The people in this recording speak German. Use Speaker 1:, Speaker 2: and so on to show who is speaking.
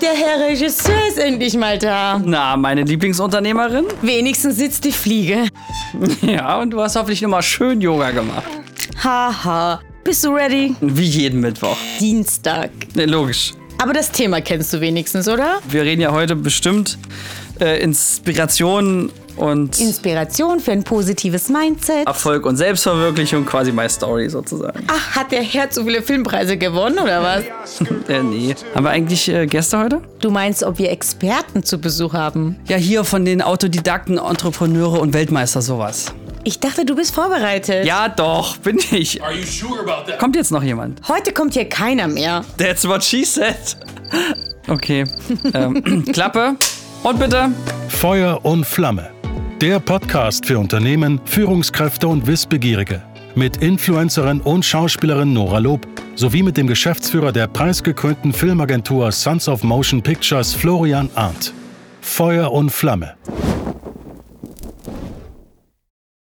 Speaker 1: Der Herr Regisseur ist endlich mal da.
Speaker 2: Na, meine Lieblingsunternehmerin?
Speaker 1: Wenigstens sitzt die Fliege.
Speaker 2: Ja, und du hast hoffentlich nochmal schön Yoga gemacht.
Speaker 1: Haha. Bist du ready?
Speaker 2: Wie jeden Mittwoch.
Speaker 1: Dienstag.
Speaker 2: Ne, logisch.
Speaker 1: Aber das Thema kennst du wenigstens, oder?
Speaker 2: Wir reden ja heute bestimmt äh, Inspiration und
Speaker 1: Inspiration für ein positives Mindset.
Speaker 2: Erfolg und Selbstverwirklichung, quasi my story sozusagen.
Speaker 1: Ach, hat der Herr zu viele Filmpreise gewonnen, oder was?
Speaker 2: Äh, nee. Haben wir eigentlich äh, Gäste heute?
Speaker 1: Du meinst, ob wir Experten zu Besuch haben?
Speaker 2: Ja, hier von den Autodidakten, Entrepreneure und Weltmeister sowas.
Speaker 1: Ich dachte, du bist vorbereitet.
Speaker 2: Ja, doch, bin ich.
Speaker 3: Are you sure about that?
Speaker 2: Kommt jetzt noch jemand?
Speaker 1: Heute kommt hier keiner mehr.
Speaker 2: That's what she said. Okay. Ähm, Klappe. Und bitte.
Speaker 4: Feuer und Flamme. Der Podcast für Unternehmen, Führungskräfte und Wissbegierige. Mit Influencerin und Schauspielerin Nora Lob sowie mit dem Geschäftsführer der preisgekrönten Filmagentur Sons of Motion Pictures Florian Arndt. Feuer und Flamme.